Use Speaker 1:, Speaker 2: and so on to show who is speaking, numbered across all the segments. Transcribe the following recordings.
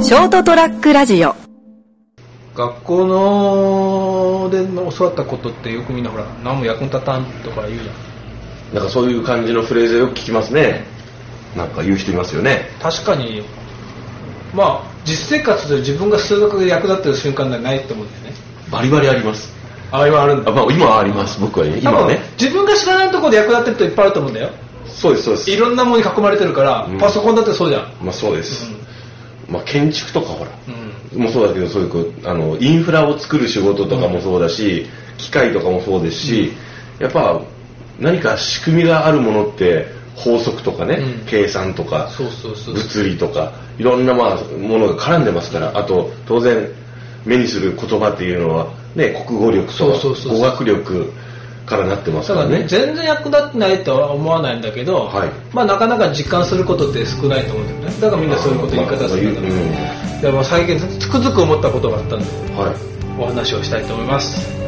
Speaker 1: ショートトラックラジオ
Speaker 2: 学校ので教わったことってよくみんなほら何も役に立たんとか言うじゃん
Speaker 3: なんかそういう感じのフレーズよく聞きますね。なんか言う人いますよね。
Speaker 2: 確かにまあ実生活で自分が数学で役立ってる瞬間ではないと思うんだよね
Speaker 3: バリバリあります。
Speaker 2: あ今あるん
Speaker 3: あ
Speaker 2: だ
Speaker 3: まあ、今はあります、僕はね。今
Speaker 2: 多
Speaker 3: は
Speaker 2: 分
Speaker 3: ね。
Speaker 2: 自分が知らないところで役立ってるといっぱいあると思うんだよ
Speaker 3: そうです、そうで
Speaker 2: い
Speaker 3: す。
Speaker 2: ろんなものに囲まれてるから、
Speaker 3: うん
Speaker 2: パソコンだってそうじゃん
Speaker 3: まあ、そうです。まあ、建築とかほら。
Speaker 2: うん、うん
Speaker 3: もうそうだけど、そういうこう、あの、インフラを作る仕事とかもそうだし、機械とかもそうですし、やっぱ、何か仕組みがあるものって、法則とかね、
Speaker 2: うん
Speaker 3: 計算とか、
Speaker 2: そうそうそう
Speaker 3: 物理とかいろんな、まあ、ものが絡んでますからあと当然目にする言葉っていうのは、ね、国語力とか
Speaker 2: そうそうそうそう
Speaker 3: 語学力からなってます
Speaker 2: た
Speaker 3: か
Speaker 2: だ
Speaker 3: ら
Speaker 2: ね
Speaker 3: ね
Speaker 2: 全然役立ってないとは思わないんだけど、
Speaker 3: はい
Speaker 2: まあ、なかなか実感することって少ないと思うんだよねだからみんなそういうこと言い方するんだ
Speaker 3: まあ
Speaker 2: けど、でも最近つくづく思ったことがあったんで
Speaker 3: うんはい
Speaker 2: お話をしたいと思います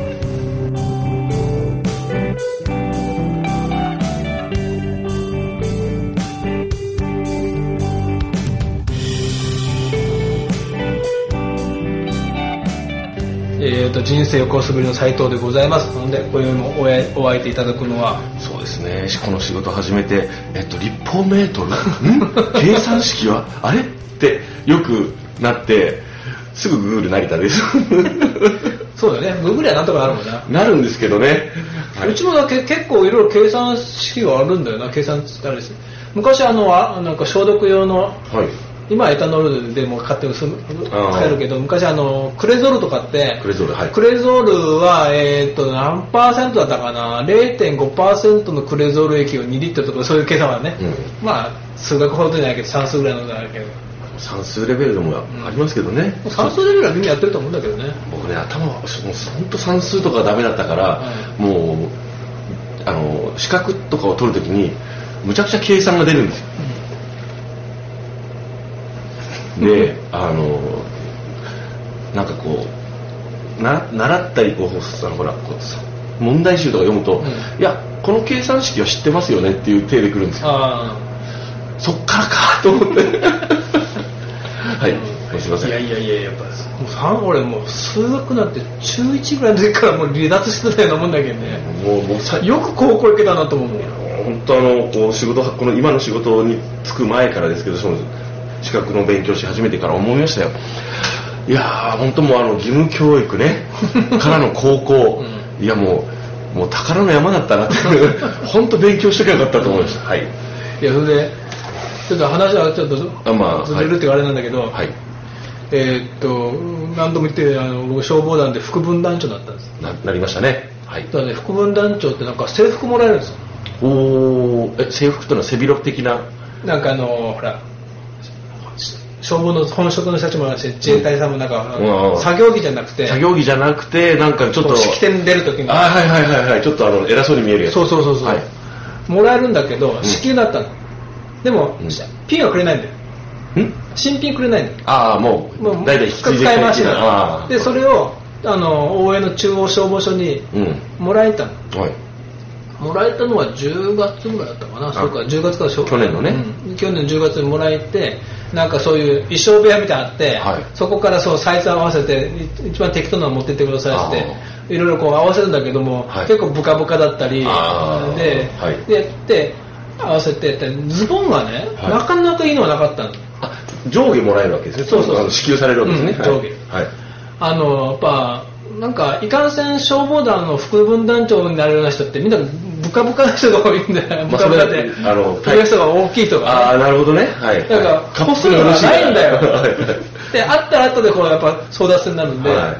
Speaker 2: えー、と人生横滑りの斉藤でございますので今宵もお会いお相手いただくのは
Speaker 3: そうですねこの仕事始めて、えっと、立方メートルん計算式はあれってよくなってすぐグーグル成田です
Speaker 2: そうだよねグーグルはなんとかなるもんな、
Speaker 3: なるんですけどね、
Speaker 2: うちもだけ結構いろいろ計算式があるんだよな計算つあれです昔あのあなんか消毒用の
Speaker 3: はい
Speaker 2: 今はエタノールでも買って薄む
Speaker 3: あー
Speaker 2: 買えるけど昔あのクレゾールとかって
Speaker 3: クレゾールはい
Speaker 2: クレゾールは、えー、と何パーセントだったかな0.5%のクレゾール液を2リットルとかそういう計算はね、
Speaker 3: う
Speaker 2: まあ数学ほどじゃないけど算数ぐらいのことだけど
Speaker 3: 算数レベルでもありますけどね、
Speaker 2: 算数レベルはみんなやってると思うんだけどね
Speaker 3: 僕ね頭はもう本当算数とかダメだったから、もうあの資格とかを取るときにむちゃくちゃ計算が出るんですよ、であのなんかこうな習ったりこうあのほらこうさ問題集とか読むと、
Speaker 2: う
Speaker 3: いやこの計算式は知ってますよねっていう手で来るんですよ
Speaker 2: あ
Speaker 3: そっからかと思って はい、すいま
Speaker 2: あ
Speaker 3: せん
Speaker 2: いやいやいややっぱもう算俺もう数学なんて中1ぐらいの時からもう離脱してたようなもんだけどね
Speaker 3: もうもうさ
Speaker 2: よく高校行けたなと思うもん
Speaker 3: 本当あのこう仕事この今の仕事に就く前からですけどその資格の勉強し始めてから思いましたよいやー本当もうあの義務教 育ねからの高校、いやもうもう宝の山だったなって いう本当勉強してきゃよかったと思いましたはい
Speaker 2: いやそれでちょっと話はちょっと
Speaker 3: あまあ
Speaker 2: ずれるっていうかあれなんだけど、
Speaker 3: はい
Speaker 2: えーっと何度も言ってあの僕消防団で副分団長だったんです
Speaker 3: ななりましたねはい
Speaker 2: だからね副分団長ってなんか制服もらえるんですよ
Speaker 3: おおえ制服というのは背広的な
Speaker 2: なんかあのほらし消防の本職の人たちもあるし自衛隊さんもなんか、
Speaker 3: うん
Speaker 2: 作業着じゃなくて
Speaker 3: 作業着じゃなくてなんかちょっと
Speaker 2: 式典に出るときに
Speaker 3: あはいはいはいはいちょっとあの偉そうに見えるやつ
Speaker 2: そうそうそうそう、
Speaker 3: はい
Speaker 2: もらえるんだけど支給だったの、でも、
Speaker 3: うん
Speaker 2: ピンはくれないんだよ
Speaker 3: ん
Speaker 2: 新品くれないんだよ
Speaker 3: ああもう
Speaker 2: もう
Speaker 3: 大体引き継いで
Speaker 2: 使い回し
Speaker 3: 的
Speaker 2: な
Speaker 3: なあ
Speaker 2: の
Speaker 3: あ
Speaker 2: でそれをあの大江の中央消防署に
Speaker 3: うん
Speaker 2: もらえたの
Speaker 3: はい
Speaker 2: もらえたのは10月ぐらいだったかなそうか10月からしょ
Speaker 3: 去年のね
Speaker 2: うん去年の10月にもらえてなんかそういう衣装部屋みたいなのあって、
Speaker 3: はい
Speaker 2: そこからそうサイズ合わせてい一番適当なの持ってってください
Speaker 3: あ
Speaker 2: っていろいろこう合わせるんだけども、
Speaker 3: はい
Speaker 2: 結構ブカブカだったりで,、
Speaker 3: あーはい
Speaker 2: でやって合わせてってズボンがね、
Speaker 3: はい
Speaker 2: なかなかいいのはなかったの
Speaker 3: あ上下もらえるわけですね
Speaker 2: そうそう
Speaker 3: あの支給されるわけですね、
Speaker 2: うん
Speaker 3: はい
Speaker 2: 上下
Speaker 3: はい
Speaker 2: あのやっぱなんかいかんせん消防団の副分団長になれるような人ってみんなブカブカな人が多いんだよ、
Speaker 3: ま
Speaker 2: ブ
Speaker 3: あ
Speaker 2: カブカ
Speaker 3: それ
Speaker 2: で
Speaker 3: だあの
Speaker 2: 首の人が大きいとか、
Speaker 3: ああなるほどねはい
Speaker 2: なんか、こっそりはないんだ よ。で、あったらあったで、こう、やっぱ争奪戦になるんで、
Speaker 3: は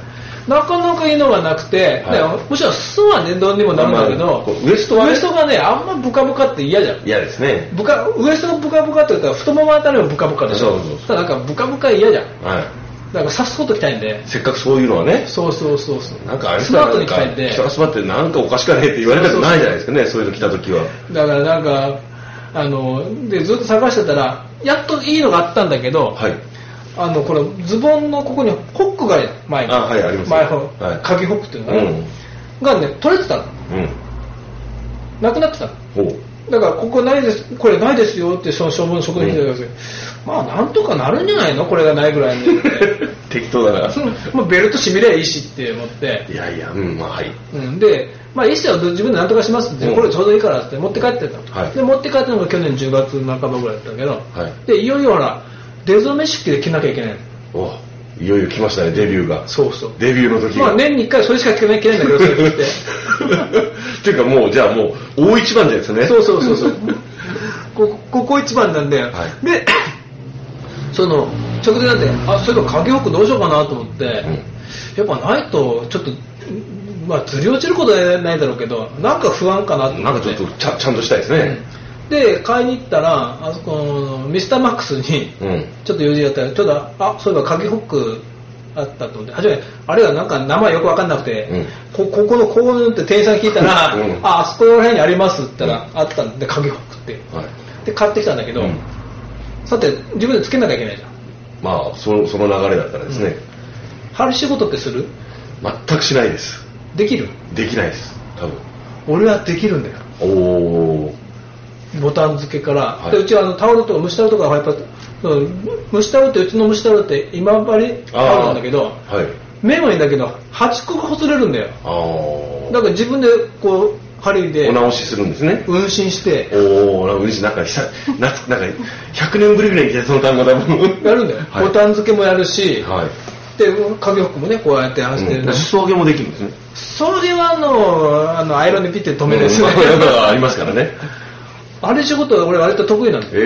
Speaker 2: なかなかいいのがなくて、
Speaker 3: はい
Speaker 2: でむしろ裾はね、どうにもなるんだけ
Speaker 3: まあまあ
Speaker 2: ど、
Speaker 3: こうウエストはね
Speaker 2: ウエストがね、あんまブカブカって嫌じゃん。
Speaker 3: 嫌ですね
Speaker 2: ブカウエストがブカブカって言ったら太ももあたりもブカブカでしょ。
Speaker 3: そうそうそう
Speaker 2: ただなんかブカブカ嫌じゃん。
Speaker 3: はい
Speaker 2: なんかさっそうときたいんで。
Speaker 3: せっかくそういうのはね
Speaker 2: そうそうそうそう。
Speaker 3: なんかあれ
Speaker 2: スマートに来
Speaker 3: か
Speaker 2: たいんで。
Speaker 3: 人が座ってなんかおかしくねって言われたくないじゃないですかねそういうの来た時は
Speaker 2: だからなんか、あの、で、ずっと探してたら、やっといいのがあったんだけど、
Speaker 3: はい
Speaker 2: あのこれズボンのここにホックが前に
Speaker 3: あはいあります
Speaker 2: 前ほ
Speaker 3: はい
Speaker 2: 鍵ホックっていう
Speaker 3: う
Speaker 2: のが,、
Speaker 3: ん
Speaker 2: がね取れてたの
Speaker 3: うん
Speaker 2: なくなってたの
Speaker 3: ほう
Speaker 2: だから、ここないです、これないですよって、その消防の職員に言ってたけど、まあ、なんとかなるんじゃないのこれがないぐらい に。
Speaker 3: 適当だな。
Speaker 2: もうベルト締めりゃいいしって思って。
Speaker 3: いやいや、うん、まあはい。
Speaker 2: うん、で、まあ、一社は自分で何とかしますって、
Speaker 3: うん
Speaker 2: これちょうどいいからって持って帰ってた、
Speaker 3: はい
Speaker 2: で持って帰ったのが去年10月半ばぐらいだったけど、
Speaker 3: はい
Speaker 2: でいよいよほら出初め式で着なきゃいけないの
Speaker 3: おいよいよ来ましたね、デビューが。
Speaker 2: そうそう
Speaker 3: デビューの時
Speaker 2: まあ年に1回それしか着なきゃいけないんだけど それ着て
Speaker 3: っていうかもう、じゃあもう、大一番じゃないですね。
Speaker 2: そうそうそうそうこここ一番なんで、
Speaker 3: はい
Speaker 2: で その直前になってあそういえば影北どうしようかなと思って、やっぱないとちょっとまあずり落ちることはないだろうけどなんか不安かなと思って
Speaker 3: なんかちょっとちゃちゃんとしたいですね。
Speaker 2: で買いに行ったらあそこのミスターマックスに
Speaker 3: うん。
Speaker 2: ちょっと用事やったらちょっとあそういえば鍵ホックあったと思って初めあれはなんか名前よく分かんなくて、
Speaker 3: うん
Speaker 2: こここのここのって店員さんに聞いたら、
Speaker 3: うん
Speaker 2: ああそこら辺にありますって言ったら、あったんで鍵ホックって
Speaker 3: はい。
Speaker 2: で買ってきたんだけど、
Speaker 3: うん
Speaker 2: さて自分でつけなきゃいけないじゃん
Speaker 3: まあその、その流れだったらですね、
Speaker 2: 春仕事ってする
Speaker 3: 全くしないです。
Speaker 2: できる
Speaker 3: できないです。多分。
Speaker 2: 俺はできるんだよ
Speaker 3: おー。
Speaker 2: ボタン付けから、
Speaker 3: はい
Speaker 2: でうちはあのタオルとか蒸しタオルとかはやっぱうん蒸しタオルってうちの蒸しタオルって今治タオルなんだけど
Speaker 3: あーはい。
Speaker 2: 面はいいんだけど端っこがほつれるんだよ
Speaker 3: あー。
Speaker 2: だから自分でこう針で
Speaker 3: お直しするんですね。
Speaker 2: 運針して
Speaker 3: おー、なんか嬉しい、なんか久、なつなんか、100年ぶりぐらいに来たその単語だもん。
Speaker 2: やるんだよ、
Speaker 3: はい
Speaker 2: ボタン付けもやるし、
Speaker 3: はい。
Speaker 2: で鍵ホックもねこうやって走ってる、
Speaker 3: うん、裾上げもできるんですね。
Speaker 2: それはあのあのアイロンでピッて止めるやつ、
Speaker 3: うんまあまあ まあありますからね。
Speaker 2: あれ仕事は俺割と得意なんだよ
Speaker 3: え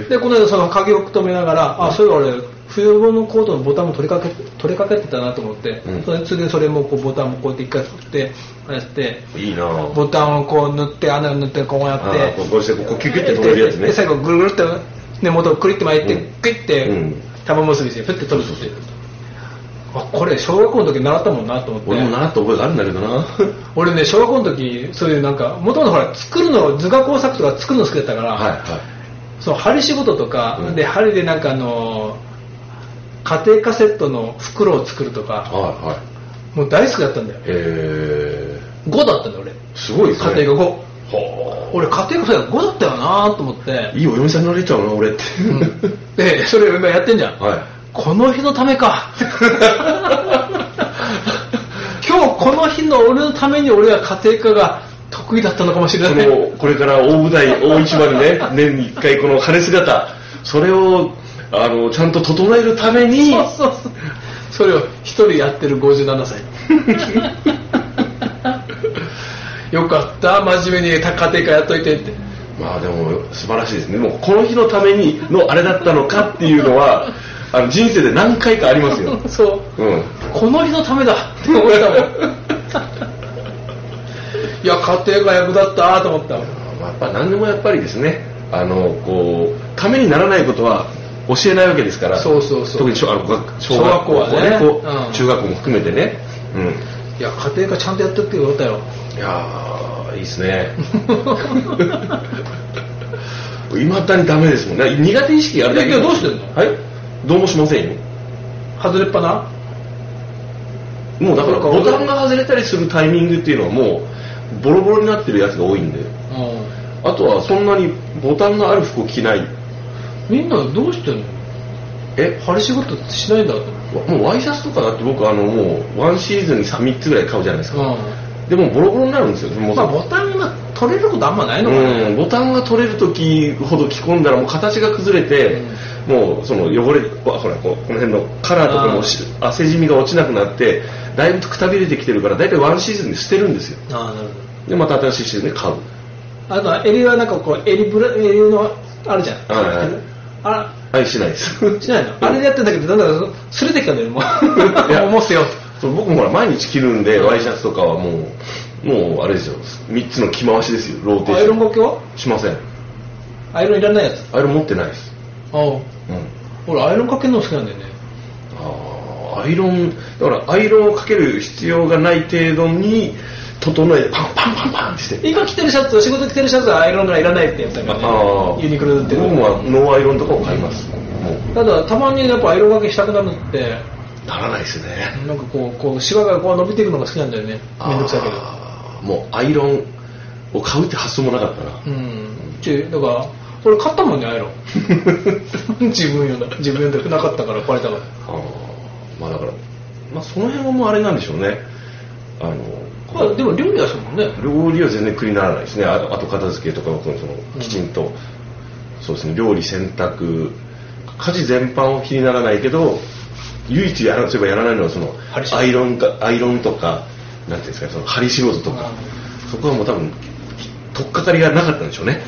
Speaker 3: ー。
Speaker 2: でこの間その鍵を止めながら、あそういえば俺冬用のコートのボタンも取りかけ取りかけてたなと思って、
Speaker 3: うん
Speaker 2: それそれでそれもこうボタンもこうやって一回取ってあれやって
Speaker 3: いいなぁ。
Speaker 2: ボタンをこう塗って穴を塗ってこうや
Speaker 3: あ
Speaker 2: っ
Speaker 3: ー
Speaker 2: て
Speaker 3: こうして、こう、キュキュって止めるやつ
Speaker 2: で
Speaker 3: ね。
Speaker 2: 最後ぐるぐるって根元をクリッて巻いて、
Speaker 3: うん
Speaker 2: クイッて、
Speaker 3: うん
Speaker 2: 玉結びしてプッて取るっていうあこれ小学校の時習ったもんなと思って
Speaker 3: 俺も習った覚えがあるんだけどな
Speaker 2: 俺ね小学校の時そういうなんかもともとほら作るの図画工作とか作るの好きだったから、
Speaker 3: はいは
Speaker 2: その針仕事とか、
Speaker 3: うん
Speaker 2: で針でなんかあの家庭カセットの袋を作ると
Speaker 3: い。
Speaker 2: か
Speaker 3: はいはい。
Speaker 2: もう大好きだったんだよ
Speaker 3: え
Speaker 2: 5だったんだよ俺
Speaker 3: ー、すごいですね。
Speaker 2: 家庭が5
Speaker 3: は
Speaker 2: 俺家庭カセット5だったよなと思って
Speaker 3: あ。いいお嫁さんになれちゃうな、俺って。
Speaker 2: うんでそれを今やってんじゃん、
Speaker 3: はい。
Speaker 2: この日のため か今日この日の俺のために俺は家庭科が得意だったのかもしれ
Speaker 3: そ
Speaker 2: ない
Speaker 3: の、 これから大舞台、大一番に ね、年に一回この晴れ姿、それを、あの、ちゃんと整えるために、
Speaker 2: そうそうそうそれを一人やってる57歳よかった真面目に家庭科やっといてって
Speaker 3: まあでも素晴らしいですね。もうこの日のためにのあれだったのかっていうのは、あの人生で何回かありますよ。
Speaker 2: そう
Speaker 3: うん。
Speaker 2: この日のためだって思ったもんいや家庭科役立ったと思ったもん
Speaker 3: まあやっぱ何でもやっぱりですね、あの、こう、ためにならないことは教えないわけですから、
Speaker 2: そうそうそう
Speaker 3: 特に小あの学小
Speaker 2: 小学
Speaker 3: 学
Speaker 2: 校
Speaker 3: 校
Speaker 2: は
Speaker 3: は
Speaker 2: ね
Speaker 3: ね、こう
Speaker 2: うん
Speaker 3: 中学校も含めてね。う
Speaker 2: いや家庭科ちゃんとやってって言われたよ
Speaker 3: ん。いやー、いいですね。 いまだにダメですもんね。苦手意識あるだけ
Speaker 2: いやいやどうしてんの
Speaker 3: はいどうもしませんよ。
Speaker 2: 外れっぱな
Speaker 3: もうだから
Speaker 2: そうか
Speaker 3: ボタンが外れたりするタイミングっていうのはもうボロボロになってるやつが多いんで
Speaker 2: うん
Speaker 3: あとはそんなにボタンのある服を着ない
Speaker 2: みんなどうしてんの
Speaker 3: え
Speaker 2: 針仕事ってしないんだと思
Speaker 3: わもうワイシャツとかだって僕あのもうワンシーズンにさ3つぐらい買うじゃないですか、
Speaker 2: う、
Speaker 3: でもボロボロになるんですよ
Speaker 2: う
Speaker 3: も
Speaker 2: ん、
Speaker 3: う
Speaker 2: まあボタンが取れることあんまないのかな、
Speaker 3: うん、ボタンが取れる時ほど着込んだらもう形が崩れて、もうその汚れわほらこうこの辺のカラーとかもし汗じみが落ちなくなってだいぶくたびれてきてるから大体ワンシーズンで捨てるんですよ
Speaker 2: ああなるほど
Speaker 3: でまた新しいシーズンで買う
Speaker 2: あとは襟はなんかこう襟ぶら襟のあるじゃん、
Speaker 3: はいはい
Speaker 2: あ
Speaker 3: はいしないです
Speaker 2: らしないの、あれでやってんだけどだんだん擦れてきたんだ よも
Speaker 3: いうや
Speaker 2: 思ってよ
Speaker 3: そう僕もほら毎日着るんでワイシャツとかはもうもうあれですよ3つの着回しですよローテー
Speaker 2: アイ
Speaker 3: シ
Speaker 2: ロン
Speaker 3: ョ
Speaker 2: がけは
Speaker 3: ンしません
Speaker 2: アイロンいらないやつ
Speaker 3: アイロン持ってないです
Speaker 2: ああ
Speaker 3: うん
Speaker 2: 俺アイロンかけるの好きなんだよね
Speaker 3: あーアイロンだからアイロンをかける必要がない程度に整えてパンパンパンパンってして
Speaker 2: 今着てるシャツ仕事着てるシャツはアイロンがいらないってやつだからね
Speaker 3: ああ
Speaker 2: ユニクロで売って
Speaker 3: 僕
Speaker 2: る
Speaker 3: はノーアイロンとかを買いますもう
Speaker 2: ただたまにやっぱアイロンかけしたくなるって
Speaker 3: ならないですね
Speaker 2: なんかこうこうシワがこう伸びていくのが好きなんだよねめんどくさいけど
Speaker 3: あーもうアイロンを買うって発想もなかったな
Speaker 2: うんちだから俺買ったもんねアイロン 自分用だ自分用だなかったからバレたから
Speaker 3: あーまあだから、まあ、その辺はもうあれなんでしょうねあの、
Speaker 2: まあでも料理だしもんね
Speaker 3: 料理は全然苦にならないですねああと片付けとかもそのきちんと、そうですね料理洗濯家事全般は気にならないけど唯一やらそういえばやらないのはその
Speaker 2: 針仕事
Speaker 3: アイロンかアイロンとかなんていうんですかねその針仕事とかそこはもう多分取っかかりがなかったんでしょうね、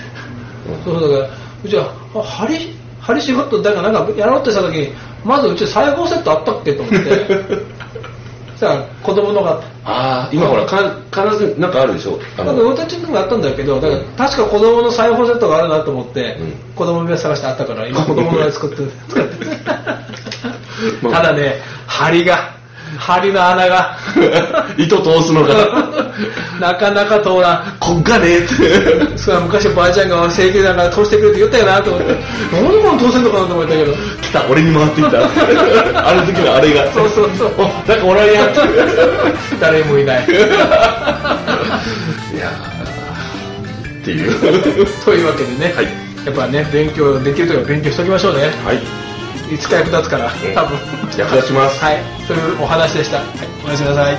Speaker 3: うん
Speaker 2: そうそうだからうちはあ針針仕事だからなんかやろうってした時にまずうち裁縫セットあったっけと思って さあ子供のが
Speaker 3: ああ今ほらか必ずなんかあるでしょあ
Speaker 2: なん
Speaker 3: の
Speaker 2: か俺たちのもあったんだけどだから確か子供の裁縫セットがあるなと思って、
Speaker 3: うん
Speaker 2: 子供部屋探してあったから 今子供のやつ作ってる
Speaker 3: まあ
Speaker 2: ただね針が針の穴 が
Speaker 3: 糸通すのが
Speaker 2: なかなか通らん
Speaker 3: こっかね えって
Speaker 2: それは昔ばあちゃんが整形だから通してくれって言ったよなと思って何でこの通せんのかなと思ったけど
Speaker 3: 来た俺に回ってきたあの時のあれが
Speaker 2: そうそうそう
Speaker 3: おなんかおらんやん
Speaker 2: 誰もい ない
Speaker 3: いやーっていう
Speaker 2: というわけでね、
Speaker 3: はい
Speaker 2: やっぱね勉強できるときは勉強しときましょうね
Speaker 3: はい
Speaker 2: いつか役立つから
Speaker 3: ええ
Speaker 2: 多分
Speaker 3: 役立ちます
Speaker 2: はいというお話でした、はい、おやすみなさい